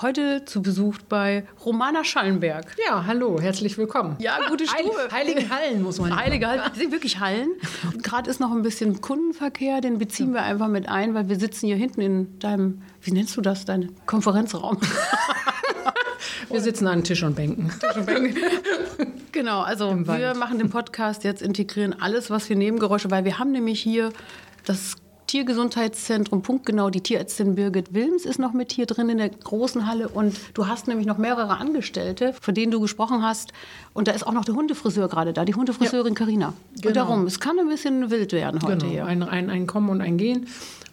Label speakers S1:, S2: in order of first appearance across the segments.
S1: Heute zu Besuch bei Romana Schallenberg.
S2: Ja, hallo, herzlich willkommen.
S1: Ja, gute Stube.
S2: Heiligen Hallen muss man
S1: Heilige Hallen, sind wirklich Hallen. Und Gerade ist noch ein bisschen Kundenverkehr, den beziehen wir einfach mit ein, weil wir sitzen hier hinten in deinem, wie nennst du das, dein Konferenzraum.
S2: Wir sitzen an Tisch und Bänken.
S1: genau, also wir machen den Podcast jetzt integrieren alles, was wir Nebengeräusche, weil wir haben nämlich hier das Tiergesundheitszentrum punktgenau. Die Tierärztin Birgit Wilms ist noch mit hier drin in der großen Halle und du hast nämlich noch mehrere Angestellte, von denen du gesprochen hast. Und da ist auch noch der Hundefriseur gerade da, die Hundefriseurin Karina. Und darum, es kann ein bisschen wild werden heute hier.
S2: Genau, ein, ein, ein Kommen und ein Gehen.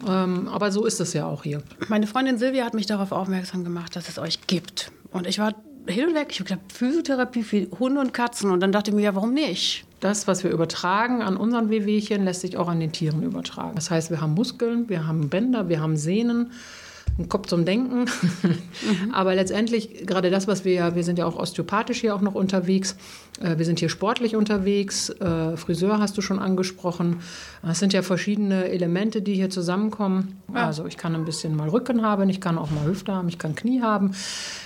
S2: Ähm, aber so ist es ja auch hier.
S1: Meine Freundin Silvia hat mich darauf aufmerksam gemacht, dass es euch gibt. Und ich war hin und weg. Ich habe gedacht, Physiotherapie für Hunde und Katzen. Und dann dachte ich mir, ja, warum nicht?
S2: Das, was wir übertragen an unseren Wehwehchen, lässt sich auch an den Tieren übertragen. Das heißt, wir haben Muskeln, wir haben Bänder, wir haben Sehnen, einen Kopf zum Denken. Aber letztendlich, gerade das, was wir ja, wir sind ja auch osteopathisch hier auch noch unterwegs. Äh, Wir sind hier sportlich unterwegs. Äh, Friseur hast du schon angesprochen. Es sind ja verschiedene Elemente, die hier zusammenkommen. Also ich kann ein bisschen mal Rücken haben, ich kann auch mal Hüfte haben, ich kann Knie haben.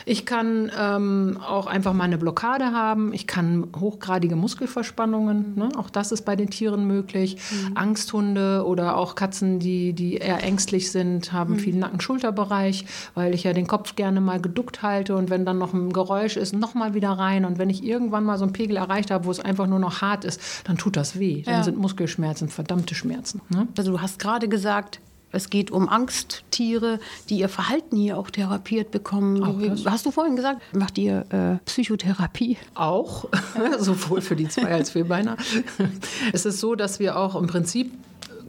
S2: Ich kann ähm, auch einfach mal eine Blockade haben. Ich kann hochgradige Muskelverspannungen. Ne? Auch das ist bei den Tieren möglich. Angsthunde oder auch Katzen, die, die eher ängstlich sind, haben viel Nacken-Schulterbereich, weil ich ja den Kopf gerne mal geduckt halte. Und wenn dann noch ein Geräusch ist, nochmal wieder rein. Und wenn ich irgendwann mal so einen Pegel erreicht habe, wo es einfach nur noch hart ist, dann tut das weh. Dann
S1: Ja.
S2: sind Muskelschmerzen verdammte Schmerzen. Ne?
S1: Also du hast gerade gesagt, es geht um Angsttiere, die ihr Verhalten hier auch therapiert bekommen. Du- hast du vorhin gesagt, macht ihr äh, Psychotherapie?
S2: auch, sowohl für die zwei als für Beiner. Es ist so, dass wir auch im Prinzip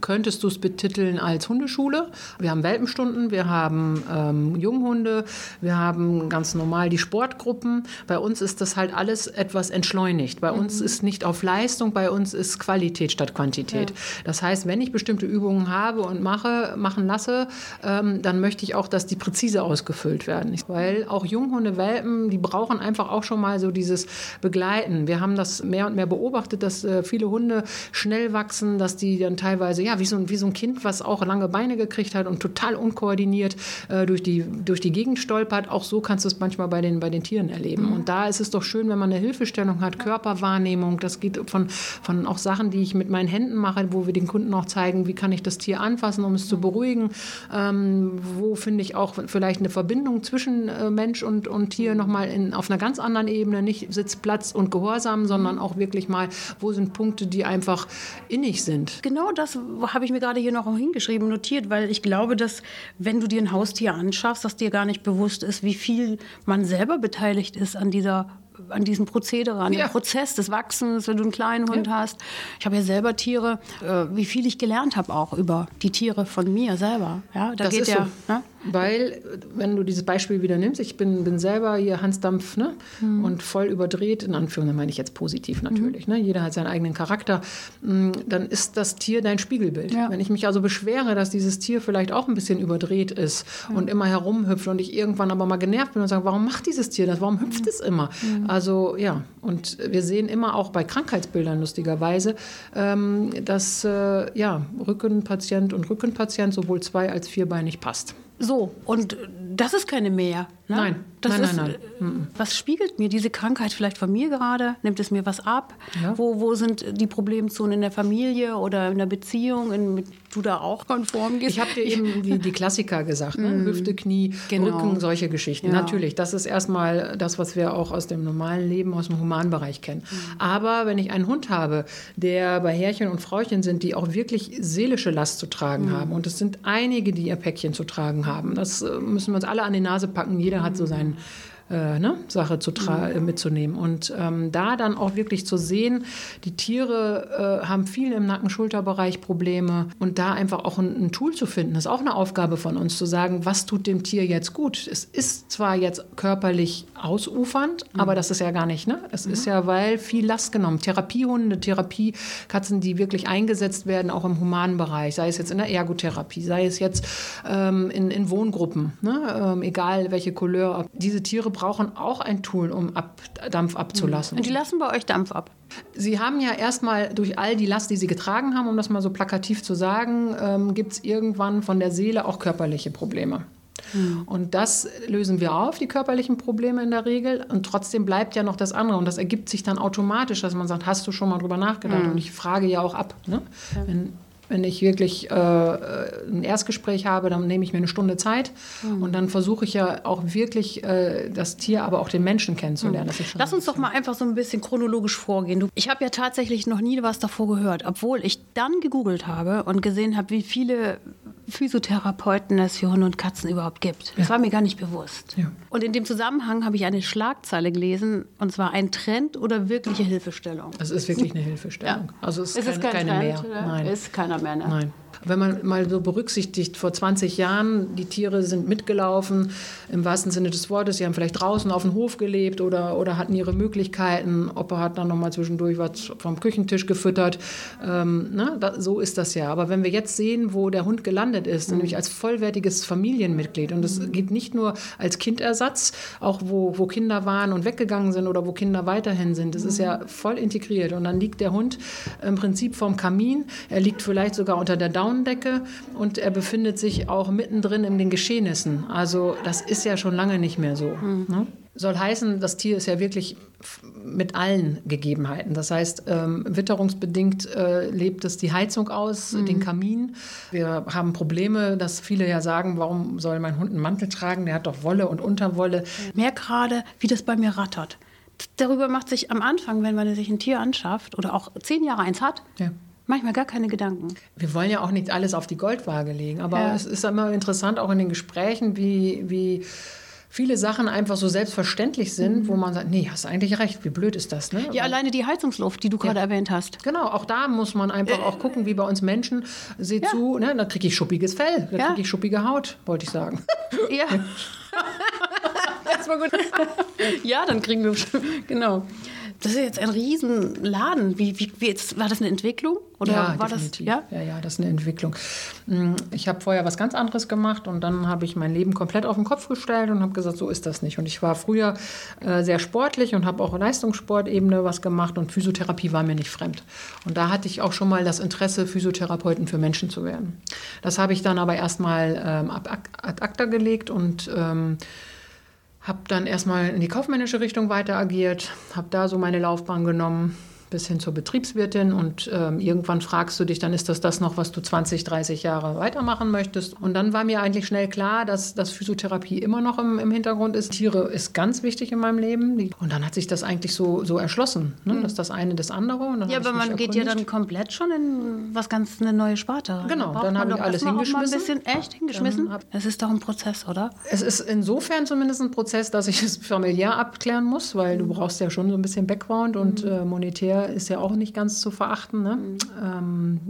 S2: könntest du es betiteln als Hundeschule. Wir haben Welpenstunden, wir haben ähm, Junghunde, wir haben ganz normal die Sportgruppen. Bei uns ist das halt alles etwas entschleunigt. Bei uns ist nicht auf Leistung, bei uns ist Qualität statt Quantität. Das heißt, wenn ich bestimmte Übungen habe und mache, machen lasse, ähm, dann möchte ich auch, dass die präzise ausgefüllt werden. Weil auch Junghunde, Welpen, die brauchen einfach auch schon mal so dieses Begleiten. Wir haben das mehr und mehr beobachtet, dass äh, viele Hunde schnell wachsen, dass die dann teilweise, ja, wie so, ein- wie so ein Kind, was auch lange Beine gekriegt hat und total unkoordiniert äh, durch, die, durch die Gegend stolpert. Auch so kannst du es manchmal bei den, bei den Tieren erleben. Und da ist es doch schön, wenn man eine Hilfestellung hat, Körperwahrnehmung. Das geht von, von auch Sachen, die ich mit meinen Händen mache, wo wir den Kunden auch zeigen, wie kann ich das Tier anfassen, um es zu beruhigen. Ähm, wo finde ich auch vielleicht eine Verbindung zwischen äh, Mensch und, und Tier nochmal in, auf einer ganz anderen Ebene. Nicht Sitz, Platz und Gehorsam, sondern
S1: Mhm.
S2: auch wirklich mal, wo sind Punkte, die einfach innig sind.
S1: Genau das habe ich mir gerade hier noch hingeschrieben, notiert, weil ich glaube, dass wenn du dir ein Haustier anschaffst, dass dir gar nicht bewusst ist, wie viel man selber beteiligt ist an dieser an diesem Prozedere, an
S2: Ja.
S1: dem Prozess des Wachsens, wenn du einen kleinen Hund hast. Ich habe ja selber Tiere, äh, wie viel ich gelernt habe auch über die Tiere von mir selber. Ja, da
S2: Das
S1: geht
S2: ist
S1: ja,
S2: so.
S1: ne?
S2: Weil, äh, wenn du dieses Beispiel wieder nimmst, ich bin, bin selber hier Hansdampf ne? und voll überdreht, in Anführungszeichen meine ich jetzt positiv natürlich, ne? jeder hat seinen eigenen Charakter, Mm, dann ist das Tier dein Spiegelbild.
S1: Ja.
S2: Wenn ich mich also beschwere, dass dieses Tier vielleicht auch ein bisschen überdreht ist und immer herumhüpft und ich irgendwann aber mal genervt bin und sage, warum macht dieses Tier das, warum hüpft es immer? Also ja, und wir sehen immer auch bei Krankheitsbildern lustigerweise, ähm, dass äh, ja, Rückenpatient und Rückenpatient sowohl zwei- als vierbeinig passt.
S1: So, und das ist keine mehr. Ne?
S2: Nein,
S1: das
S2: nein,
S1: ist,
S2: nein,
S1: nein. Was spiegelt mir diese Krankheit vielleicht von mir gerade? Nimmt es mir was ab?
S2: Ja.
S1: Wo, wo sind die Problemzonen in der Familie oder in der Beziehung, in, mit du da auch konform gehst? Mhm.
S2: Ich habe dir eben die, die Klassiker gesagt, ne? Hüfte, Knie,
S1: Genau.
S2: Rücken, solche Geschichten.
S1: Ja.
S2: Natürlich, das ist erstmal das, was wir auch aus dem normalen Leben, aus dem Humanbereich kennen.
S1: Mhm.
S2: Aber wenn ich einen Hund habe, der bei Herrchen und Frauchen sind, die auch wirklich seelische Last zu tragen
S1: Mhm.
S2: haben, und es sind
S1: Mhm.
S2: einige, die ihr Päckchen zu tragen haben, das äh, müssen wir uns alle an die Nase packen, jeder hat so seinen äh, äh, ne, Sache zu tra- mitzunehmen. Und ähm, da dann auch wirklich zu sehen, die Tiere äh, haben viel im Nacken-Schulterbereich Probleme und da einfach auch ein, ein Tool zu finden, ist auch eine Aufgabe von uns, zu sagen, was tut dem Tier jetzt gut? Es ist zwar jetzt körperlich ausufernd,
S1: Mhm.
S2: aber das ist ja gar nicht, ne? Es ist ja, weil viel Last genommen. Therapiehunde, Therapiekatzen, die wirklich eingesetzt werden, auch im humanen Bereich, sei es jetzt in der Ergotherapie, sei es jetzt ähm, in, in Wohngruppen, ne? ähm, egal welche Couleur. ob- Diese Tiere brauchen auch ein Tool, um ab, Dampf abzulassen.
S1: Mhm. Und die lassen bei euch Dampf ab.
S2: Sie haben ja erstmal durch all die Last, die Sie getragen haben, um das mal so plakativ zu sagen, ähm, gibt es irgendwann von der Seele auch körperliche Probleme. Und das lösen wir auf, die körperlichen Probleme in der Regel. Und trotzdem bleibt ja noch das andere. Und das ergibt sich dann automatisch, dass man sagt, hast du schon mal drüber nachgedacht? Und ich frage Hm. ja auch ab. Ne? Wenn, wenn ich wirklich äh, äh, ein Erstgespräch habe, dann nehme ich mir eine Stunde Zeit. Und dann versuche ich ja auch wirklich äh, das Tier, aber auch den Menschen kennenzulernen. Das ist schon-
S1: Lass uns doch mal einfach so ein bisschen chronologisch vorgehen. Du, ich habe ja tatsächlich noch nie was davor gehört, obwohl ich dann gegoogelt habe und gesehen habe, wie viele Physiotherapeuten es für Hunde und Katzen überhaupt gibt. Das war mir gar nicht bewusst.
S2: Ja.
S1: Und in dem Zusammenhang habe ich eine Schlagzeile gelesen, und zwar ein Trend oder wirkliche Hilfestellung.
S2: Es ist wirklich eine Hilfestellung. Also es ist, keine, keine mehr.
S1: oder?
S2: Nein.
S1: Ist keiner mehr, ne?
S2: Nein. Wenn man mal so berücksichtigt, vor 20 Jahren, die Tiere sind mitgelaufen, im wahrsten Sinne des Wortes, sie haben vielleicht draußen auf dem Hof gelebt oder, oder hatten ihre Möglichkeiten. Opa hat dann nochmal zwischendurch was vom Küchentisch gefüttert. Ähm, na, da, so ist das ja. Aber wenn wir jetzt sehen, wo der Hund gelandet ist, nämlich als vollwertiges Familienmitglied, und das geht nicht nur als Kindersatz, auch wo, wo Kinder waren und weggegangen sind oder wo Kinder weiterhin sind, das ist ja voll integriert. Und dann liegt der Hund im Prinzip vorm Kamin, er liegt vielleicht sogar unter der Daunendecke und er befindet sich auch mittendrin in den Geschehnissen. Also das ist ja schon lange nicht mehr so. Ne? Soll heißen, das Tier ist ja wirklich f- mit allen Gegebenheiten. Das heißt, ähm, witterungsbedingt äh, lebt es die Heizung aus, den Kamin. Wir haben Probleme, dass viele ja sagen, warum soll mein Hund einen Mantel tragen? Der hat doch Wolle und Unterwolle.
S1: Ich merke gerade, wie das bei mir rattert. Darüber macht sich am Anfang, wenn man sich ein Tier anschafft oder auch zehn Jahre eins hat,
S2: Ja.
S1: manchmal gar keine Gedanken.
S2: Wir wollen ja auch nicht alles auf die Goldwaage legen, aber
S1: Ja.
S2: es ist immer interessant, auch in den Gesprächen, wie, wie viele Sachen einfach so selbstverständlich sind, wo man sagt, nee, hast eigentlich recht, wie blöd ist das, ne?
S1: Mhm. Ja, alleine die Heizungsluft, die du gerade erwähnt hast.
S2: Genau, auch da muss man einfach auch gucken, wie bei uns Menschen, seht
S1: Ja.
S2: zu, ne, da kriege ich schuppiges Fell, da
S1: Ja.
S2: kriege ich schuppige Haut, wollte ich sagen.
S1: Ja. Erstmal gut. ja, dann kriegen wir genau. Das ist jetzt ein Riesenladen. Wie, wie, wie jetzt, war das eine Entwicklung? Oder
S2: ja,
S1: war
S2: definitiv.
S1: das? Ja?
S2: ja, ja, das ist eine Entwicklung. Mm, Ich habe vorher was ganz anderes gemacht und dann habe ich mein Leben komplett auf den Kopf gestellt und habe gesagt, so ist das nicht. Und ich war früher äh, sehr sportlich und habe auch Leistungssportebene was gemacht und Physiotherapie war mir nicht fremd. Und da hatte ich auch schon mal das Interesse, Physiotherapeuten für Menschen zu werden. Das habe ich dann aber erstmal ähm, ab- ad acta gelegt und ähm, habe dann erstmal in die kaufmännische Richtung weiter agiert, habe da so meine Laufbahn genommen bis hin zur Betriebswirtin und ähm, irgendwann fragst du dich, dann ist das das noch, was du 20, 30 Jahre weitermachen möchtest. Und dann war mir eigentlich schnell klar, dass, dass Physiotherapie immer noch im, im Hintergrund ist. Tiere ist ganz wichtig in meinem Leben. Die- Und dann hat sich das eigentlich so, so erschlossen, ne? dass das eine das andere. Und dann
S1: Mhm. Ja,
S2: hab ich
S1: aber
S2: mich
S1: man geht ja
S2: erkundigt.
S1: dann komplett schon in was ganz eine neue Sparte. rein.
S2: Genau,
S1: Da braucht
S2: dann
S1: man
S2: habe ich
S1: doch
S2: alles
S1: erstmal auch mal
S2: hingeschmissen.
S1: Ein bisschen echt hingeschmissen. Das ist doch ein Prozess, oder?
S2: Es ist insofern zumindest ein Prozess, dass ich es familiär abklären muss, weil
S1: Mhm.
S2: du brauchst ja schon so ein bisschen Background und äh, monetär ist ja auch nicht ganz zu verachten. Ne?
S1: Mhm.
S2: Ähm,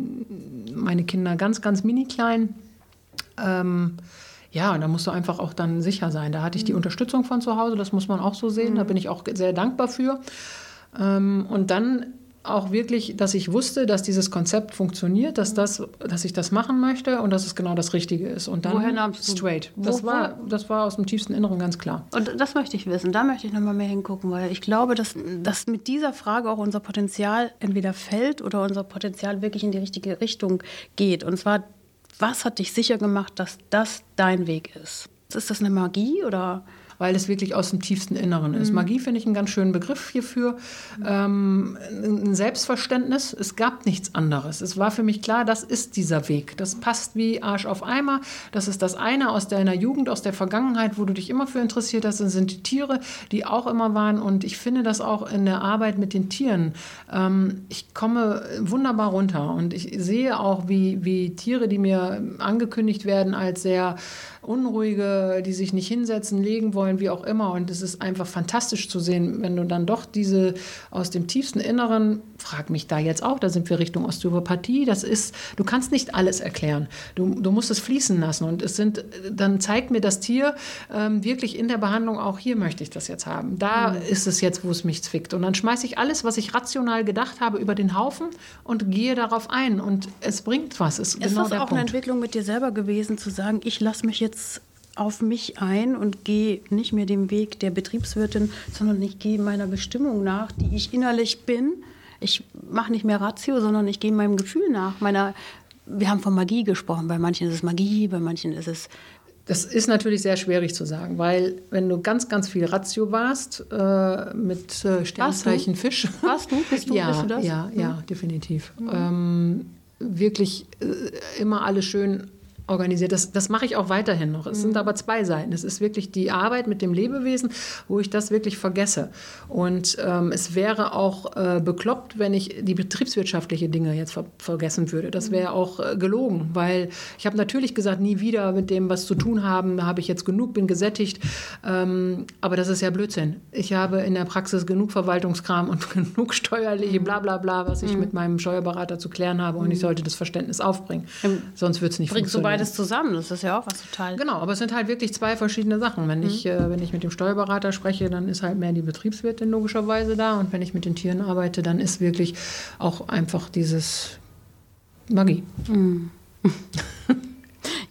S2: meine Kinder ganz, ganz mini klein. Ähm, ja, und da musst du einfach auch dann sicher sein. Da hatte
S1: Mhm.
S2: ich die Unterstützung von zu Hause, das muss man auch so sehen. Da bin ich auch sehr dankbar für. Ähm, und dann auch wirklich, dass ich wusste, dass dieses Konzept funktioniert,
S1: Mhm.
S2: dass, das, dass ich das machen möchte und dass es genau das Richtige ist. Und dann
S1: Woher nahmst du-
S2: straight. Das
S1: Wo-
S2: war, das war aus dem tiefsten Inneren ganz klar.
S1: Und das möchte ich wissen, da möchte ich nochmal mehr hingucken, weil ich glaube, dass, dass mit dieser Frage auch unser Potenzial entweder fällt oder unser Potenzial wirklich in die richtige Richtung geht. Und zwar, was hat dich sicher gemacht, dass das dein Weg ist? Ist das eine Magie oder?
S2: weil es wirklich aus dem tiefsten Inneren ist. Magie finde ich einen ganz schönen Begriff hierfür. Ähm, ein Selbstverständnis, es gab nichts anderes. Es war für mich klar, das ist dieser Weg. Das passt wie Arsch auf Eimer. Das ist das eine aus deiner Jugend, aus der Vergangenheit, wo du dich immer für interessiert hast. Das sind die Tiere, die auch immer waren. Und ich finde das auch in der Arbeit mit den Tieren. Ähm, ich komme wunderbar runter und ich sehe auch, wie, wie Tiere, die mir angekündigt werden als sehr Unruhige, die sich nicht hinsetzen, legen wollen, wie auch immer. Und es ist einfach fantastisch zu sehen, wenn du dann doch diese aus dem tiefsten Inneren, frag mich da jetzt auch, da sind wir Richtung Osteopathie, das ist, du kannst nicht alles erklären. Du, du musst es fließen lassen. Und es sind, dann zeigt mir das Tier ähm, wirklich in der Behandlung, auch hier möchte ich das jetzt haben. Da mhm. ist es jetzt, wo es mich zwickt. Und dann schmeiße ich alles, was ich rational gedacht habe, über den Haufen und gehe darauf ein. Und es bringt was.
S1: Ist, ist genau das auch Punkt. eine Entwicklung mit dir selber gewesen, zu sagen, ich lasse mich jetzt auf mich ein und gehe nicht mehr dem Weg der Betriebswirtin, sondern ich gehe meiner Bestimmung nach, die ich innerlich bin. Ich mache nicht mehr Ratio, sondern ich gehe meinem Gefühl nach, meiner wir haben von Magie gesprochen. Bei manchen ist es Magie, bei manchen ist es.
S2: Das ist natürlich sehr schwierig zu sagen, weil wenn du ganz, ganz viel Ratio warst äh, mit äh, Sternzeichen Fisch.
S1: Warst du? Bist du,
S2: ja,
S1: bist du das?
S2: Ja, ja, mhm. definitiv. Mhm. Ähm, wirklich äh, immer alles schön organisiert. Das, das mache ich auch weiterhin noch. Es mhm. sind aber zwei Seiten. Es ist wirklich die Arbeit mit dem Lebewesen, wo ich das wirklich vergesse. Und ähm, es wäre auch äh, bekloppt, wenn ich die betriebswirtschaftliche Dinge jetzt ver vergessen würde.
S1: Mhm.
S2: Das wäre auch äh, gelogen, weil ich habe natürlich gesagt, nie wieder mit dem was zu tun haben, habe ich jetzt genug, bin gesättigt. Ähm, aber das ist ja Blödsinn. Ich habe in der Praxis genug Verwaltungskram und genug steuerliche Blablabla, bla, bla, was ich mhm. mit meinem Steuerberater zu klären habe. Und ich sollte das Verständnis aufbringen. Mhm. Sonst wird es nicht
S1: Bringst funktionieren beides zusammen. Das ist ja auch was total.
S2: Genau, aber es sind halt wirklich zwei verschiedene Sachen. Wenn, mhm. ich, äh, wenn ich mit dem Steuerberater spreche, dann ist halt mehr die Betriebswirtin logischerweise da. Und wenn ich mit den Tieren arbeite, dann ist wirklich auch einfach dieses Magie. Mhm.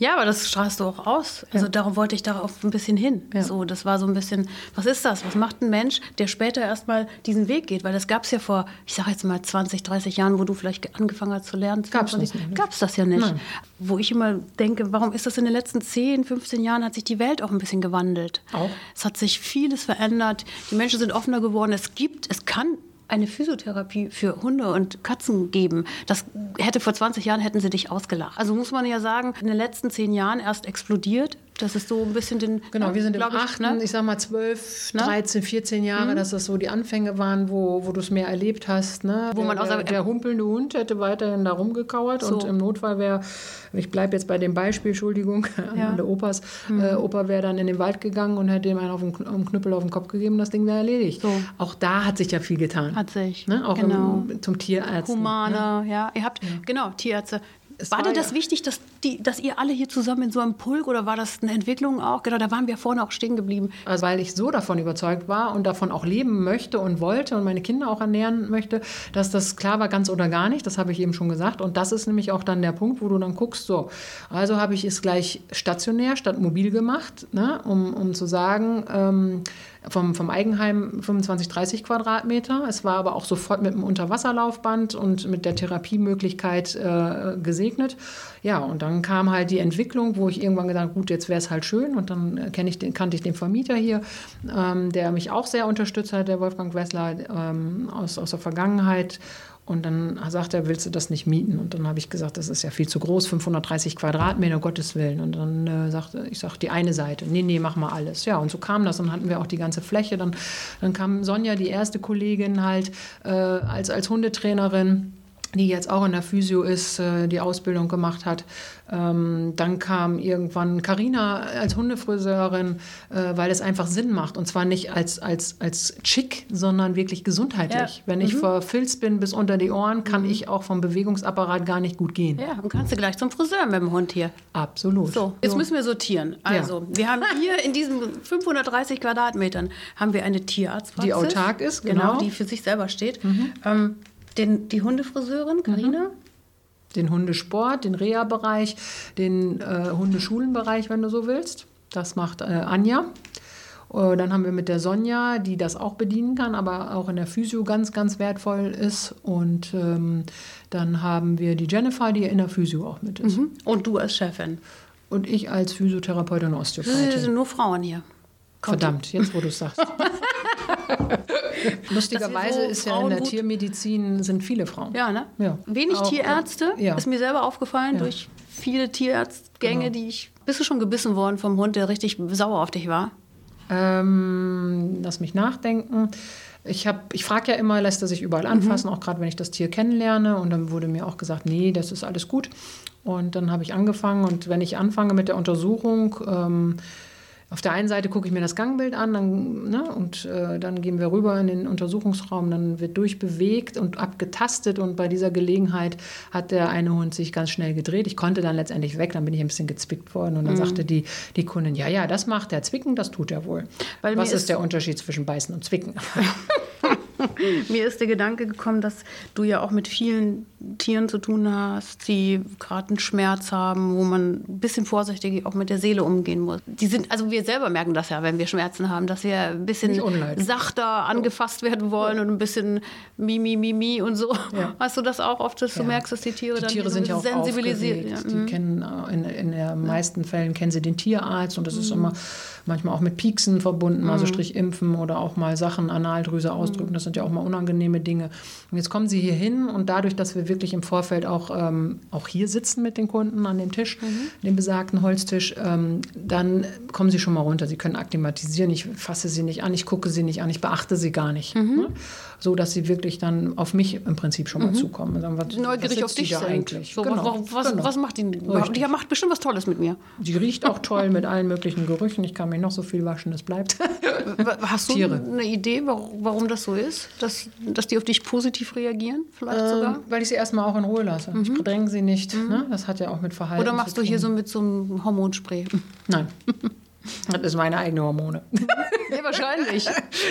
S1: ja, aber das strahlst du auch aus. Also ja. darum wollte ich darauf ein bisschen hin. Ja. So, das war so ein bisschen, was ist das? Was macht ein Mensch, der später erstmal diesen Weg geht? Weil das gab es ja vor, ich sage jetzt mal 20, 30 Jahren, wo du vielleicht angefangen hast zu lernen.
S2: Gab es nicht.
S1: Gab es das ja nicht. Nein. Wo ich immer denke, warum ist das in den letzten 10, 15 Jahren hat sich die Welt auch ein bisschen gewandelt.
S2: Auch.
S1: Es hat sich vieles verändert. Die Menschen sind offener geworden. Es gibt, es kann eine Physiotherapie für Hunde und Katzen geben. Das hätte vor 20 Jahren hätten sie dich ausgelacht. Also muss man ja sagen, in den letzten zehn Jahren erst explodiert. Das ist so ein bisschen den.
S2: Genau, ja, wir sind im 8., ne? ich sag mal 12, ne? 13, 14 Jahre, mhm. dass das so die Anfänge waren, wo, wo du es mehr erlebt hast. Ne?
S1: Wo man
S2: der,
S1: außer,
S2: der, der humpelnde Hund hätte weiterhin da rumgekauert so. und im Notfall wäre, ich bleibe jetzt bei dem Beispiel, Entschuldigung, ja. an der Opas, mhm. äh, Opa wäre dann in den Wald gegangen und hätte ihm einen auf den Knüppel auf den Kopf gegeben, das Ding wäre erledigt. So. Auch da hat sich ja viel getan.
S1: Hat sich.
S2: Ne? Auch genau. im, zum Tierarzt.
S1: Humane, ne? ja. Ihr habt, ja. genau, Tierärzte. Es war, war das ja. wichtig, dass, die, dass ihr alle hier zusammen in so einem Pulk oder war das eine Entwicklung auch? Genau, da waren wir vorne auch stehen geblieben.
S2: Also weil ich so davon überzeugt war und davon auch leben möchte und wollte und meine Kinder auch ernähren möchte, dass das klar war, ganz oder gar nicht. Das habe ich eben schon gesagt. Und das ist nämlich auch dann der Punkt, wo du dann guckst, so, also habe ich es gleich stationär statt mobil gemacht, ne, um, um zu sagen, ähm, vom, vom Eigenheim 25, 30 Quadratmeter. Es war aber auch sofort mit einem Unterwasserlaufband und mit der Therapiemöglichkeit äh, gesegnet. Ja, und dann kam halt die Entwicklung, wo ich irgendwann gedacht gut, jetzt wäre es halt schön. Und dann ich den, kannte ich den Vermieter hier, ähm, der mich auch sehr unterstützt hat, der Wolfgang Wessler ähm, aus, aus der Vergangenheit. Und dann sagt er, willst du das nicht mieten? Und dann habe ich gesagt, das ist ja viel zu groß, 530 Quadratmeter, um Gottes Willen. Und dann äh, sagte ich, sag die eine Seite, nee, nee, mach mal alles. Ja, und so kam das. Dann hatten wir auch die ganze Fläche. Dann, dann kam Sonja, die erste Kollegin, halt äh, als, als Hundetrainerin die jetzt auch in der Physio ist, äh, die Ausbildung gemacht hat. Ähm, Dann kam irgendwann Karina als Hundefriseurin, äh, weil es einfach Sinn macht. Und zwar nicht als, als, als chic, sondern wirklich gesundheitlich. Ja. Wenn ich mhm. verfilzt bin bis unter die Ohren, kann ich auch vom Bewegungsapparat gar nicht gut gehen.
S1: Ja, und kannst du gleich zum Friseur mit dem Hund hier.
S2: Absolut.
S1: So, jetzt müssen wir sortieren. Also, ja. wir haben hier in diesen 530 Quadratmetern haben wir eine Tierarztpraxis.
S2: Die autark ist, genau. genau
S1: die für sich selber steht. Mhm. Ähm, den, die Hundefriseurin, Karina? Mhm.
S2: Den Hundesport, den Reha-Bereich, den äh, Hundeschulenbereich, wenn du so willst. Das macht äh, Anja. Äh, dann haben wir mit der Sonja, die das auch bedienen kann, aber auch in der Physio ganz, ganz wertvoll ist. Und ähm, dann haben wir die Jennifer, die in der Physio auch mit ist. Mhm.
S1: Und du als Chefin.
S2: Und ich als Physiotherapeutin und Osteopathin.
S1: Das sind nur Frauen hier.
S2: Äh, Kommt Verdammt, jetzt wo du es sagst. Lustigerweise so ist ja in der Tiermedizin sind viele Frauen.
S1: Ja, ne? Ja. Wenig auch, Tierärzte, ja. ist mir selber aufgefallen ja. durch viele Tierärztgänge, genau. die ich. Bist du schon gebissen worden vom Hund, der richtig sauer auf dich war?
S2: Ähm, lass mich nachdenken. Ich, hab, ich frage ja immer, lässt er sich überall anfassen, mhm. auch gerade wenn ich das Tier kennenlerne. Und dann wurde mir auch gesagt, nee, das ist alles gut. Und dann habe ich angefangen und wenn ich anfange mit der Untersuchung, ähm, auf der einen Seite gucke ich mir das Gangbild an dann, ne, und äh, dann gehen wir rüber in den Untersuchungsraum, dann wird durchbewegt und abgetastet und bei dieser Gelegenheit hat der eine Hund sich ganz schnell gedreht. Ich konnte dann letztendlich weg, dann bin ich ein bisschen gezwickt worden und dann mhm. sagte die, die Kundin, ja, ja, das macht er, zwicken, das tut er wohl. Weil Was ist, ist der Unterschied zwischen beißen und zwicken?
S1: Mir ist der Gedanke gekommen, dass du ja auch mit vielen Tieren zu tun hast, die gerade einen Schmerz haben, wo man ein bisschen vorsichtig auch mit der Seele umgehen muss. Die sind, also wir selber merken das ja, wenn wir Schmerzen haben, dass wir ein bisschen sachter angefasst werden wollen und ein bisschen mi, mi, mi, mi und so. Ja. Hast du das auch oft, dass du ja. merkst, dass die Tiere
S2: die
S1: dann
S2: Tiere sind ja auch sensibilisiert ja. Die mhm. kennen in, in der meisten Fällen kennen sie den Tierarzt und das mhm. ist immer manchmal auch mit Pieksen verbunden,
S1: Mhm.
S2: also Strich impfen oder auch mal Sachen Analdrüse ausdrücken. Das sind ja auch mal unangenehme Dinge. Und jetzt kommen sie hier hin und dadurch, dass wir wirklich im Vorfeld auch, ähm, auch hier sitzen mit den Kunden an dem Tisch, mhm. dem besagten Holztisch, ähm, dann kommen sie schon mal runter. Sie können akklimatisieren, ich fasse sie nicht an, ich gucke sie nicht an, ich beachte sie gar nicht. Mhm. Ne? So dass sie wirklich dann auf mich im Prinzip schon mal mhm. zukommen. Und sagen,
S1: was, Neugierig was auf dich eigentlich. So, genau. was, genau. was, macht die? Richtig. Die macht bestimmt was Tolles mit mir.
S2: Die riecht auch toll mit allen möglichen Gerüchen. Ich kann mich noch so viel waschen, es bleibt.
S1: Äh, Hast du Tiere. eine Idee, warum das so ist? Dass, dass die auf dich positiv reagieren, vielleicht ähm, sogar?
S2: Weil ich sie erstmal auch in Ruhe lasse. Mhm. Ich bedränge sie nicht. Mhm. Ne? Das hat ja auch mit Verhalten.
S1: Oder machst du hier so mit so einem Hormonspray?
S2: Nein. Das ist meine eigene Hormone.
S1: Ja, wahrscheinlich.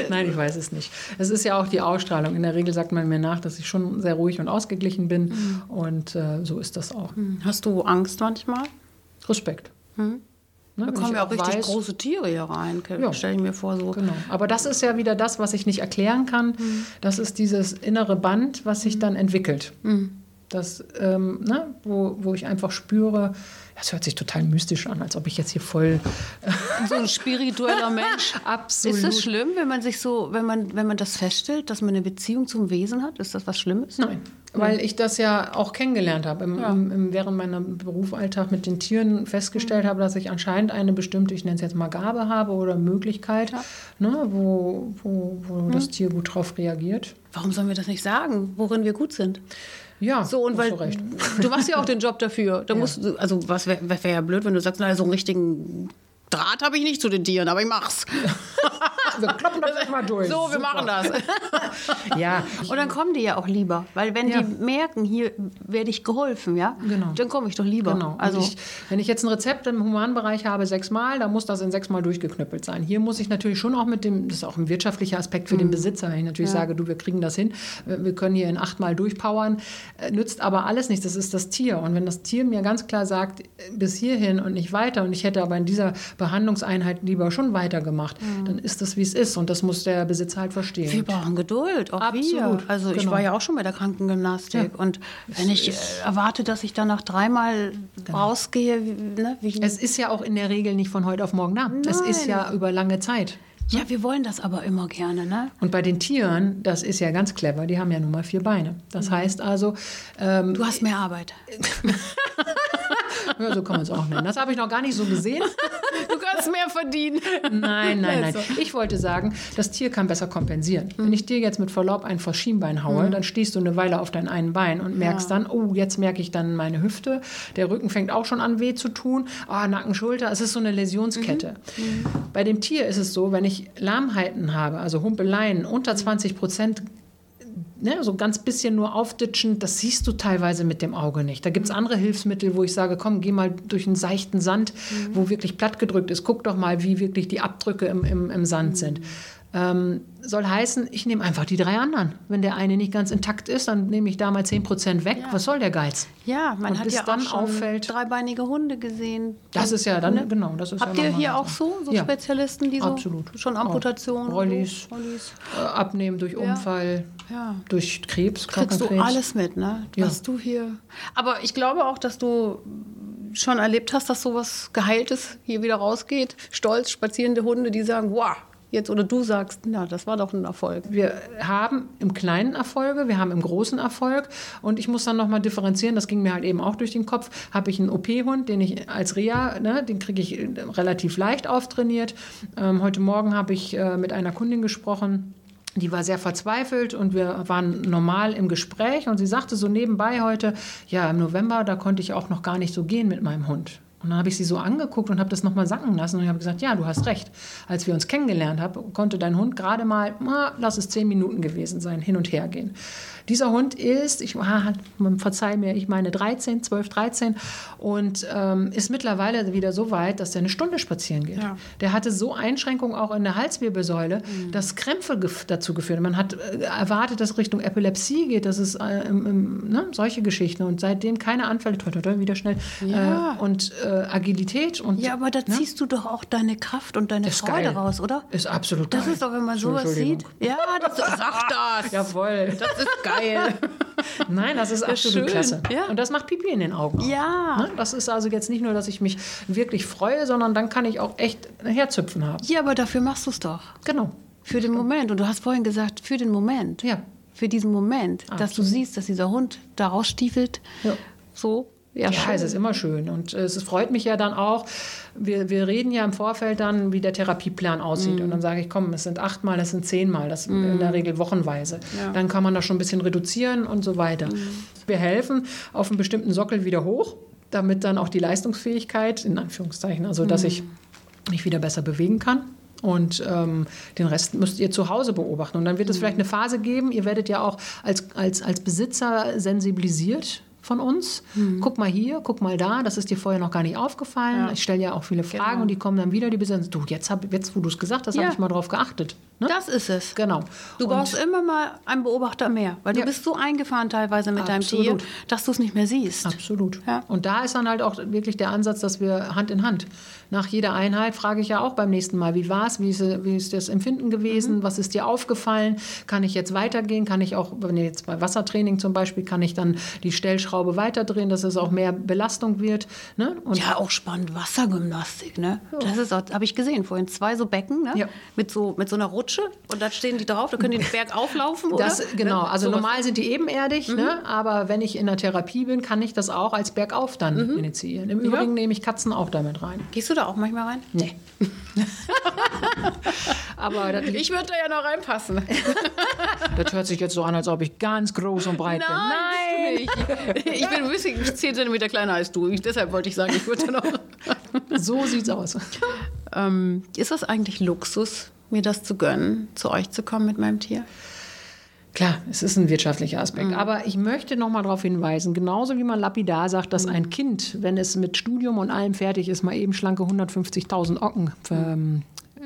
S2: Nein, ich weiß es nicht. Es ist ja auch die Ausstrahlung. In der Regel sagt man mir nach, dass ich schon sehr ruhig und ausgeglichen bin. Mhm. Und äh, so ist das auch.
S1: Hast du Angst manchmal?
S2: Respekt.
S1: Ne, da kommen ja auch richtig weiß, große Tiere hier rein, ja, stelle ich mir vor. So.
S2: Genau. Aber das ist ja wieder das, was ich nicht erklären kann. Mhm. Das ist dieses innere Band, was sich dann entwickelt. Mhm. Das, ähm, ne, wo, wo ich einfach spüre, das hört sich total mystisch an, als ob ich jetzt hier voll äh,
S1: so ein spiritueller Mensch.
S2: Absolut.
S1: Ist es schlimm, wenn man sich so, wenn man, wenn man das feststellt, dass man eine Beziehung zum Wesen hat? Ist das was Schlimmes?
S2: Nein. Weil ich das ja auch kennengelernt habe, im, Mhm. ja. im, im, während meinem Berufsalltag mit den Tieren festgestellt habe, dass ich anscheinend eine bestimmte, ich nenne es jetzt mal Gabe habe oder Möglichkeit, ja. ne, wo, wo, wo hm. das Tier gut drauf reagiert.
S1: Warum sollen wir das nicht sagen, worin wir gut sind?
S2: Ja,
S1: so und weil du, du machst ja auch den Job dafür. Da ja. musst du, also was wäre wär ja blöd, wenn du sagst, naja, so einen richtigen Draht habe ich nicht zu den Tieren, aber ich mach's.
S2: wir kloppen das einfach durch.
S1: So, wir Super. machen das.
S2: ja.
S1: Und dann kommen die ja auch lieber, weil wenn ja. die merken, hier werde ich geholfen, ja,
S2: genau.
S1: dann komme ich doch lieber.
S2: Genau. Also ich, wenn ich jetzt ein Rezept im Humanbereich habe sechsmal, dann muss das in sechsmal durchgeknüppelt sein. Hier muss ich natürlich schon auch mit dem, das ist auch ein wirtschaftlicher Aspekt für mhm. den Besitzer, wenn ich natürlich ja. sage, du, wir kriegen das hin, wir können hier in achtmal durchpowern, Äh, nützt aber alles nichts. Das ist das Tier. Und wenn das Tier mir ganz klar sagt, äh, bis hierhin und nicht weiter, und ich hätte aber in dieser Behandlungseinheit lieber schon weitergemacht, mhm. dann ist das wie es ist. Und das muss der Besitzer halt verstehen.
S1: Wir brauchen Geduld, auch Absolut. Wir. Also genau. ich war ja auch schon bei der Krankengymnastik. Ja. Und wenn es ich äh, erwarte, dass ich danach dreimal genau. rausgehe, ne,
S2: es ist ja auch in der Regel nicht von heute auf morgen da. Mhm. Nein. Es ist ja über lange Zeit.
S1: Ja, wir wollen das aber immer gerne, ne?
S2: Und bei den Tieren, das ist ja ganz clever, die haben ja nun mal vier Beine. Das mhm. heißt also...
S1: Ähm, du hast mehr Arbeit.
S2: ja, so kann man es auch nennen. Das habe ich noch gar nicht so gesehen.
S1: Du kannst mehr verdienen.
S2: Nein, nein, nein. Ich wollte sagen, das Tier kann besser kompensieren. Mhm. Wenn ich dir jetzt mit Verlaub ein Verschienbein haue, mhm. dann stehst du eine Weile auf dein einen Bein und merkst ja. dann, oh, jetzt merke ich dann meine Hüfte. Der Rücken fängt auch schon an weh zu tun. Ah, oh, Nacken, Schulter. Es ist so eine Läsionskette. Mhm. Bei dem Tier ist es so, wenn ich Lahmheiten habe, also Humpeleien unter 20 Prozent Ne, so ganz bisschen nur aufditschen, das siehst du teilweise mit dem Auge nicht. Da gibt
S1: Mhm.
S2: es andere Hilfsmittel, wo ich sage, komm, geh mal durch einen seichten Sand, mhm. wo wirklich platt gedrückt ist. Guck doch mal, wie wirklich die Abdrücke im, im, im Sand mhm. sind. Ähm, soll heißen, ich nehme einfach die drei anderen. Wenn der eine nicht ganz intakt ist, dann nehme ich da mal 10 Prozent weg. Ja. Was soll der Geiz?
S1: Ja, man und hat ja dann auch schon auffällt, dreibeinige Hunde gesehen.
S2: Das ist ja dann, ne? genau. Das ist
S1: Mhm. Habt
S2: ja
S1: ihr hier auch so, so ja. Spezialisten, die so
S2: Absolut.
S1: schon Amputationen,
S2: Rollis, Rollis. Äh, abnehmen durch Unfall, durch Krebs,
S1: Kriegst du alles mit, ne? Was du hier... Aber ich glaube auch, dass du schon erlebt hast, dass sowas Geheiltes hier wieder rausgeht. Stolz spazierende Hunde, die sagen, wow, jetzt oder du sagst, na, das war doch ein Erfolg.
S2: Wir haben im kleinen Erfolge, wir haben im großen Erfolg und ich muss dann nochmal differenzieren, das ging mir halt eben auch durch den Kopf, habe ich einen OP-Hund, den ich als Reha, ne, den kriege ich äh, relativ leicht auftrainiert. Ähm, heute Morgen habe ich äh, mit einer Kundin gesprochen, Die war sehr verzweifelt und wir waren normal im Gespräch und sie sagte so nebenbei heute, ja, im November, da konnte ich auch noch gar nicht so gehen mit meinem Hund. Und dann habe ich sie so angeguckt und habe das nochmal sacken lassen und habe gesagt, ja, du hast recht. Als wir uns kennengelernt haben, konnte dein Hund gerade mal, na, lass es zehn Minuten gewesen sein, hin und her gehen. Dieser Hund ist, ich ah, verzeih mir, ich meine 13, 12, 13 und ähm, ist mittlerweile wieder so weit, dass der eine Stunde spazieren geht.
S1: Ja.
S2: Der hatte so Einschränkungen auch in der Halswirbelsäule,
S1: Mhm.
S2: dass Krämpfe gef- dazu geführt haben. Man hat äh, erwartet, dass es Richtung Epilepsie geht, dass es äh, ähm, ähm, ne, solche Geschichten und seitdem keine Anfälle, toi, toi, toi, wieder schnell
S1: Ja.
S2: äh, und äh, Agilität und
S1: Ja, aber da ziehst du doch auch deine Kraft und deine
S2: Ist
S1: Freude
S2: geil.
S1: raus, oder?
S2: Ist absolut
S1: Das
S2: geil.
S1: ist doch, wenn man sowas
S2: Entschuldigung.
S1: sieht. Ja, das, sag das.
S2: Jawohl.
S1: Das ist geil.
S2: Nein, das ist absolut
S1: schön.
S2: klasse.
S1: Ja.
S2: Und das macht Pipi in den Augen. auch.
S1: Ja.
S2: Ne? Das ist also jetzt nicht nur, dass ich mich wirklich freue, sondern dann kann ich auch echt ein Herzhüpfen haben.
S1: Ja, aber dafür machst du es doch.
S2: Genau.
S1: Für den Moment. Und du hast vorhin gesagt, für den Moment.
S2: Ja.
S1: Für diesen Moment, dass du siehst, dass dieser Hund da rausstiefelt.
S2: Ah, Ja.
S1: So. Ja,
S2: Ja, es ist immer schön. Und äh, es freut mich ja dann auch, wir, wir reden ja im Vorfeld dann, wie der Therapieplan
S1: Mhm.
S2: aussieht. Und dann sage ich, komm, es sind achtmal, es sind zehnmal, das in der Regel wochenweise.
S1: Ja. Mhm.
S2: Dann kann man das schon ein bisschen reduzieren und so weiter. Wir helfen auf einen bestimmten Sockel wieder hoch, damit dann auch die Leistungsfähigkeit, in Anführungszeichen, also
S1: Mhm.
S2: dass ich mich wieder besser bewegen kann. Und ähm, den Rest müsst ihr zu Hause beobachten. Und dann wird es
S1: Mhm.
S2: vielleicht eine Phase geben. Ihr werdet ja auch als, als, als Besitzer sensibilisiert von uns. Guck mal hier, guck mal da. Das ist dir vorher noch gar nicht aufgefallen.
S1: Mhm. Ja.
S2: Ich stelle ja auch viele Fragen
S1: Genau.
S2: und die kommen dann wieder. Die Besitzer du, jetzt, hab, jetzt wo du es gesagt hast,
S1: Ja.
S2: habe ich mal drauf geachtet. Ne?
S1: Das ist es.
S2: Genau.
S1: Du
S2: Und-
S1: brauchst immer mal einen Beobachter mehr, weil du
S2: Ja.
S1: bist so eingefahren teilweise mit deinem
S2: Absolut.
S1: Tier, dass du es nicht mehr siehst.
S2: Absolut.
S1: Ja.
S2: Und da ist dann halt auch wirklich der Ansatz, dass wir Hand in Hand. Nach jeder Einheit frage ich ja auch beim nächsten Mal, wie war es, wie ist, wie ist das Empfinden gewesen,
S1: Mhm.
S2: was ist dir aufgefallen, kann ich jetzt weitergehen, kann ich auch, wenn jetzt bei Wassertraining zum Beispiel, kann ich dann die Stellschraube weiterdrehen, dass es auch mehr Belastung wird. Ne? Und
S1: Ja, auch spannend. Wassergymnastik, ne? Das ist auch, habe ich gesehen vorhin. Zwei so Becken, ne?
S2: Ja.
S1: Mit, so, mit so einer Rutsche. Und da stehen die drauf, da können die den Berg auflaufen, oder? Ne?
S2: Das, genau,
S1: Sowas.
S2: also
S1: Mhm.
S2: normal sind die ebenerdig, ne? aber wenn ich in der Therapie bin, kann ich das auch als Bergauf dann
S1: Mhm.
S2: initiieren. Im Übrigen nehme ich Katzen auch damit rein.
S1: Gehst du da auch manchmal rein?
S2: Nee. aber das
S1: Ich würde da ja noch reinpassen.
S2: Das hört sich jetzt so an, als ob ich ganz groß und breit
S1: Nein, bist du nicht. Ich bin ein bisschen 10 cm kleiner als du. Ich, deshalb wollte ich sagen, ich würde da noch.
S2: bin. So sieht's aus.
S1: ähm, ist das eigentlich Luxus, mir das zu gönnen, zu euch zu kommen mit meinem Tier?
S2: Klar, es ist ein wirtschaftlicher Aspekt.
S1: Mhm.
S2: Aber ich möchte noch mal darauf hinweisen, genauso wie man lapidar sagt,
S1: Mhm.
S2: dass ein Kind, wenn es mit Studium und allem fertig ist, mal eben schlanke 150.000 Ocken ähm,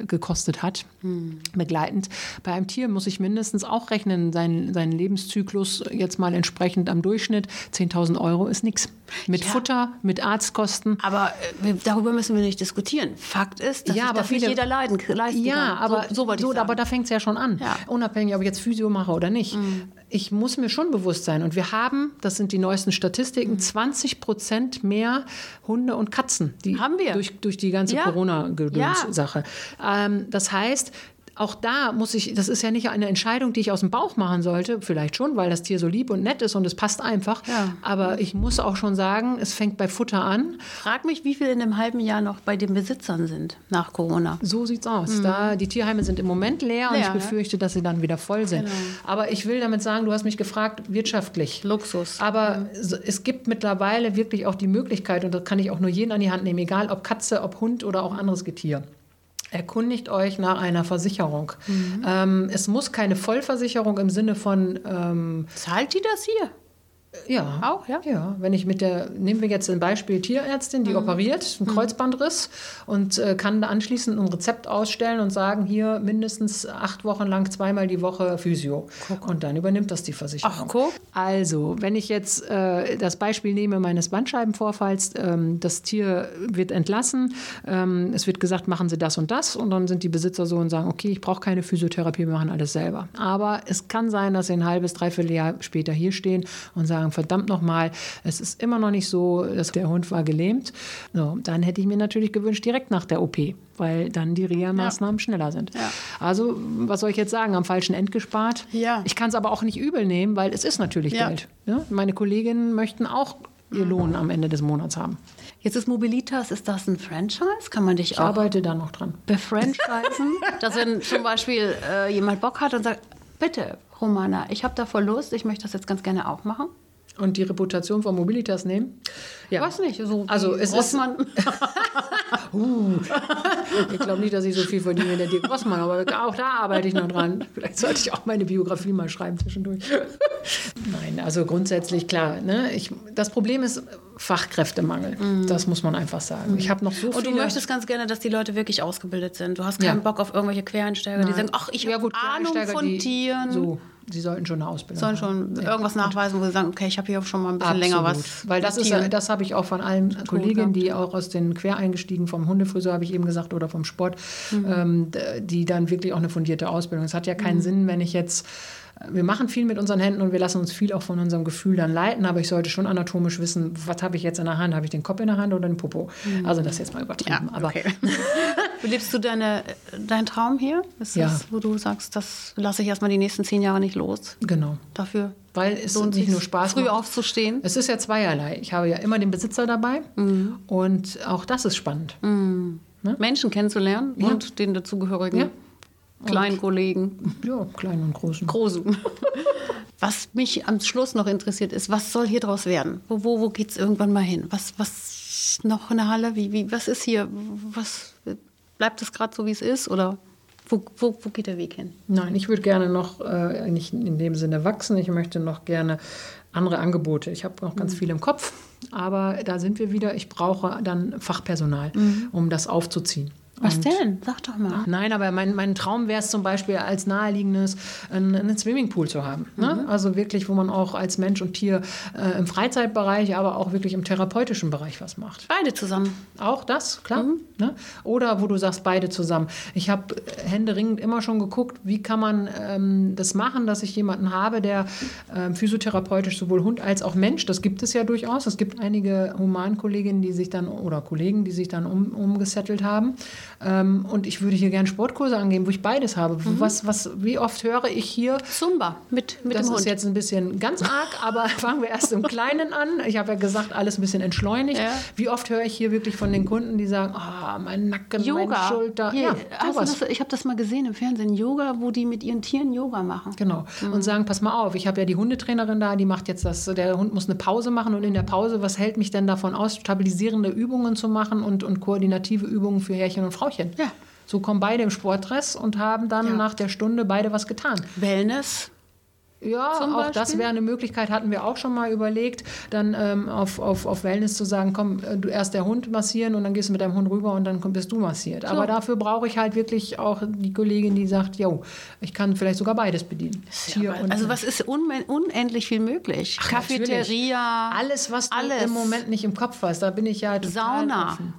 S2: gekostet hat,
S1: Mhm.
S2: begleitend. Bei einem Tier muss ich mindestens auch rechnen, seinen, seinen Lebenszyklus jetzt mal entsprechend am Durchschnitt. 10.000 Euro ist nichts. Mit
S1: Ja.
S2: Futter, mit Arztkosten.
S1: Aber äh, wir, darüber müssen wir nicht diskutieren. Fakt ist, dass
S2: Ja,
S1: sich
S2: aber
S1: das nicht
S2: viele-
S1: jeder leiden, leisten
S2: Ja,
S1: kann.
S2: aber,
S1: so, so wollte ich sagen.
S2: aber da fängt es ja schon an.
S1: Ja. Mhm.
S2: Unabhängig, ob ich jetzt Physio mache oder nicht. Ich muss mir schon bewusst sein. Und wir haben, das sind die neuesten
S1: Mhm.
S2: Statistiken, 20 Prozent mehr Hunde und Katzen. Die
S1: Haben wir.
S2: Durch, durch die ganze
S1: Ja.
S2: Corona-Gedöns-Sache. Ähm, das heißt... Auch da muss ich, das ist ja nicht eine Entscheidung, die ich aus dem Bauch machen sollte, vielleicht schon, weil das Tier so lieb und nett ist und es passt einfach.
S1: Ja.
S2: Aber ich muss auch schon sagen, es fängt bei Futter an.
S1: Frag mich, wie viele in einem halben Jahr noch bei den Besitzern sind nach Corona.
S2: So sieht's aus. Da, die Tierheime sind im Moment leer und
S1: Leer,
S2: ich
S1: ne?
S2: befürchte, dass sie dann wieder voll sind. Aber ich will damit sagen, du hast mich gefragt, wirtschaftlich.
S1: Luxus.
S2: Aber so- es gibt mittlerweile wirklich auch die Möglichkeit, und das kann ich auch nur jeden an die Hand nehmen, egal ob Katze, ob Hund oder auch anderes Getier. Erkundigt euch nach einer Versicherung. Ähm, es muss keine Vollversicherung im Sinne von ähm,
S1: Zahlt die das hier?
S2: ja.
S1: Auch, ja? Mhm.
S2: Ja, wenn ich mit der, nehmen wir jetzt ein Beispiel Tierärztin, die operiert, einen Kreuzbandriss und äh, kann da anschließend ein Rezept ausstellen und sagen, hier mindestens acht Wochen lang zweimal die Woche Physio. Und dann übernimmt das die Versicherung.
S1: Ach, guck.
S2: Also, wenn ich jetzt äh, das Beispiel nehme meines Bandscheibenvorfalls, ähm, das Tier wird entlassen, ähm, es wird gesagt, machen Sie das und das und dann sind die Besitzer so und sagen, okay, ich brauche keine Physiotherapie, wir machen alles selber. Aber es kann sein, dass Sie ein halbes, dreiviertel Jahr später hier stehen und sagen, verdammt nochmal, es ist immer noch nicht so, dass der Hund war gelähmt. So, dann hätte ich mir natürlich gewünscht, direkt nach der OP, weil dann die Reha-Maßnahmen schneller sind.
S1: Ja.
S2: Also, was soll ich jetzt sagen, am falschen End gespart?
S1: Ja.
S2: Ich kann es aber auch nicht übel nehmen, weil es ist natürlich
S1: Ja.
S2: Geld. Ne? Meine Kolleginnen möchten auch ihr Lohn am Ende des Monats haben.
S1: Jetzt ist Mobilitas, ist das ein Franchise? Kann man dich
S2: Ich
S1: auch
S2: arbeite da noch dran.
S1: befranchisen? dass wenn zum Beispiel äh, jemand Bock hat und sagt, Bitte, Romana, ich habe davor Lust, ich möchte das jetzt ganz gerne auch machen.
S2: Und die Reputation von Mobilitas nehmen?
S1: Ja. Weiß nicht, so
S2: also es Rossmann. ist. uh, ich glaube nicht, dass ich so viel verdiene wie der Dirk Rossmann, aber auch da arbeite ich noch dran. Vielleicht sollte ich auch meine Biografie mal schreiben zwischendurch. Nein, also grundsätzlich klar. Ne? Ich, das Problem ist Fachkräftemangel. Mm. Das muss man einfach sagen. Ich habe noch so
S1: Und
S2: viele.
S1: du möchtest ganz gerne, dass die Leute wirklich ausgebildet sind. Du hast keinen
S2: Ja.
S1: Bock auf irgendwelche Quereinsteiger, die sagen, ach, ich
S2: Ja,
S1: habe
S2: gut,
S1: Ahnung
S2: Quereinsteiger,
S1: von
S2: die-
S1: Tieren.
S2: So, sie sollten schon eine Ausbildung
S1: Sollen
S2: haben.
S1: schon irgendwas nachweisen, wo sie sagen, okay, ich habe hier schon mal ein bisschen länger was.
S2: Weil das
S1: mit
S2: ist,
S1: Tieren.
S2: ja- das habe ich auch von allen Kolleginnen, die auch aus den Quereingestiegen vom Hundefriseur, habe ich eben gesagt, oder vom Sport,
S1: Mhm.
S2: ähm, d- die dann wirklich auch eine fundierte Ausbildung. Es hat ja keinen Sinn, wenn ich jetzt äh, wir machen viel mit unseren Händen und wir lassen uns viel auch von unserem Gefühl dann leiten, aber ich sollte schon anatomisch wissen, was habe ich jetzt in der Hand? Habe ich den Kopf in der Hand oder den Popo? Also das jetzt mal übertrieben.
S1: Mhm. ja,
S2: aber
S1: okay. Lebst du deine, deinen Traum hier? Ist
S2: Ja.
S1: das, wo du sagst, das lasse ich erstmal die nächsten zehn Jahre nicht los?
S2: genau.
S1: Dafür
S2: Weil es
S1: lohnt
S2: nicht
S1: sich's,
S2: nur Spaß
S1: früh
S2: macht.
S1: aufzustehen.
S2: Es ist ja zweierlei. Ich habe ja immer den Besitzer dabei
S1: Mhm.
S2: und auch das ist spannend.
S1: Menschen kennenzulernen und den dazugehörigen
S2: ne? Ja.
S1: kleinen Kollegen,
S2: Ja, kleinen und großen.
S1: großen. was mich am Schluss noch interessiert ist, was soll hier draus werden? Wo, wo, wo geht es irgendwann mal hin? Was, was noch in der Halle? Wie, wie, was ist hier? Was, bleibt es gerade so, wie es ist? Oder wo, wo, wo geht der Weg hin?
S2: Nein, ich würde gerne noch äh, nicht in dem Sinne wachsen. Ich möchte noch gerne andere Angebote. Ich habe noch ganz viel im Kopf, aber da sind wir wieder. Ich brauche dann Fachpersonal, um das aufzuziehen.
S1: Was denn? Sag doch mal.
S2: Nein, aber mein, mein Traum wäre es zum Beispiel als naheliegendes, einen, einen Swimmingpool zu haben. Ne? Also wirklich, wo man auch als Mensch und Tier äh, im Freizeitbereich, aber auch wirklich im therapeutischen Bereich was macht.
S1: Beide zusammen.
S2: Auch das, klar. Ne? Oder wo du sagst, beide zusammen. Ich habe händeringend immer schon geguckt, wie kann man ähm, das machen, dass ich jemanden habe, der ähm, physiotherapeutisch sowohl Hund als auch Mensch, das gibt es ja durchaus. Es gibt einige Humankolleginnen, die sich dann oder Kollegen, die sich dann um, umgesettelt haben. Ähm, und ich würde hier gerne Sportkurse angeben, wo ich beides habe. Was, was, wie oft höre ich hier,
S1: Zumba mit, mit
S2: das
S1: dem Hund.
S2: ist jetzt ein bisschen ganz arg, aber fangen wir erst im Kleinen an. Ich habe ja gesagt, alles ein bisschen entschleunigt.
S1: Ja.
S2: Wie oft höre ich hier wirklich von den Kunden, die sagen, ah, mein Nacken, meine
S1: Yoga.
S2: Schulter.
S1: Hier, hast du
S2: sowas.
S1: das, ich habe das mal gesehen im Fernsehen. Yoga, wo die mit ihren Tieren Yoga machen.
S2: Genau.
S1: Mhm.
S2: Und sagen, pass mal auf, ich habe ja die Hundetrainerin da, die macht jetzt das, der Hund muss eine Pause machen und in der Pause, was hält mich denn davon aus, stabilisierende Übungen zu machen und, und koordinative Übungen für Herrchen und Frauchen?
S1: Ja.
S2: So kommen beide im Sportdress und haben dann
S1: Ja.
S2: nach der Stunde beide was getan.
S1: Wellness.
S2: Ja,
S1: Zum
S2: auch das
S1: Beispiel?
S2: wäre eine Möglichkeit, hatten wir auch schon mal überlegt, dann ähm, auf, auf, auf Wellness zu sagen, komm, äh, du erst der Hund massieren und dann gehst du mit deinem Hund rüber und dann komm- bist du massiert. Aber dafür brauche ich halt wirklich auch die Kollegin, die sagt, jo, ich kann vielleicht sogar beides bedienen. Tier und
S1: also
S2: Hund.
S1: was ist unme- unendlich viel möglich?
S2: Ach,
S1: Cafeteria,
S2: natürlich. Alles, was du
S1: alles.
S2: im Moment nicht im Kopf hast, da bin ich ja total
S1: Sauna.
S2: offen.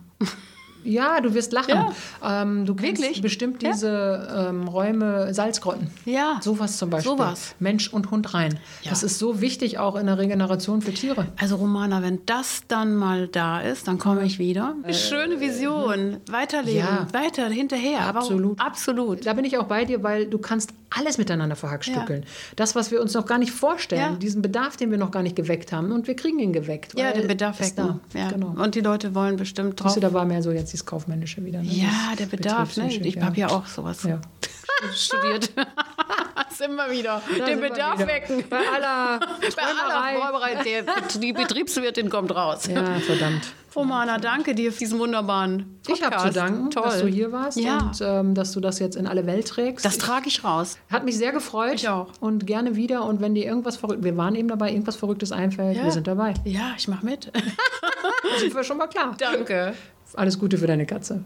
S2: Ja, du wirst lachen. Ähm, du kennst
S1: Wirklich?
S2: bestimmt
S1: Ja.
S2: diese ähm, Räume, Salzgrotten.
S1: Ja.
S2: Sowas zum Beispiel.
S1: Sowas.
S2: Mensch und Hund rein.
S1: Ja.
S2: Das ist so wichtig auch in der Regeneration für Tiere.
S1: Also Romana, wenn das dann mal da ist, dann komme ich wieder. Schöne Vision. Weiterleben,
S2: Ja.
S1: weiter, hinterher. Aber
S2: Absolut.
S1: absolut.
S2: Da bin ich auch bei dir, weil du kannst alles miteinander verhackstückeln. Das, was wir uns noch gar nicht vorstellen,
S1: Ja.
S2: diesen Bedarf, den wir noch gar nicht geweckt haben. Und wir kriegen ihn geweckt.
S1: Ja,
S2: weil
S1: den Bedarf
S2: ist
S1: wecken.
S2: Da.
S1: Ja.
S2: Genau.
S1: Und die Leute wollen bestimmt drauf.
S2: Siehst du, da war mehr so jetzt dieses Kaufmännische wieder. Ne?
S1: Ja,
S2: Das
S1: der Bedarf. Ne?
S2: betriebsmännische,
S1: Ich habe ja auch sowas
S2: Ja.
S1: studiert. Immer wieder. Den
S2: sind wir
S1: Bedarf
S2: wieder.
S1: wecken.
S2: Bei aller
S1: Bei aller Vorbereitung. Der, die Betriebswirtin kommt raus.
S2: Ja, verdammt.
S1: Romana, danke dir für diesen wunderbaren Podcast.
S2: Ich habe zu danken,
S1: Toll.
S2: dass du hier warst
S1: Ja.
S2: und ähm, dass du das jetzt in alle Welt trägst.
S1: das trage ich raus.
S2: Hat mich sehr gefreut.
S1: Ich auch.
S2: Und gerne wieder. Und wenn dir irgendwas verrückt, wir waren eben dabei, irgendwas Verrücktes einfällt, wir sind dabei.
S1: Ja, ich mache mit.
S2: Das war schon mal klar.
S1: danke.
S2: Alles Gute für deine Katze.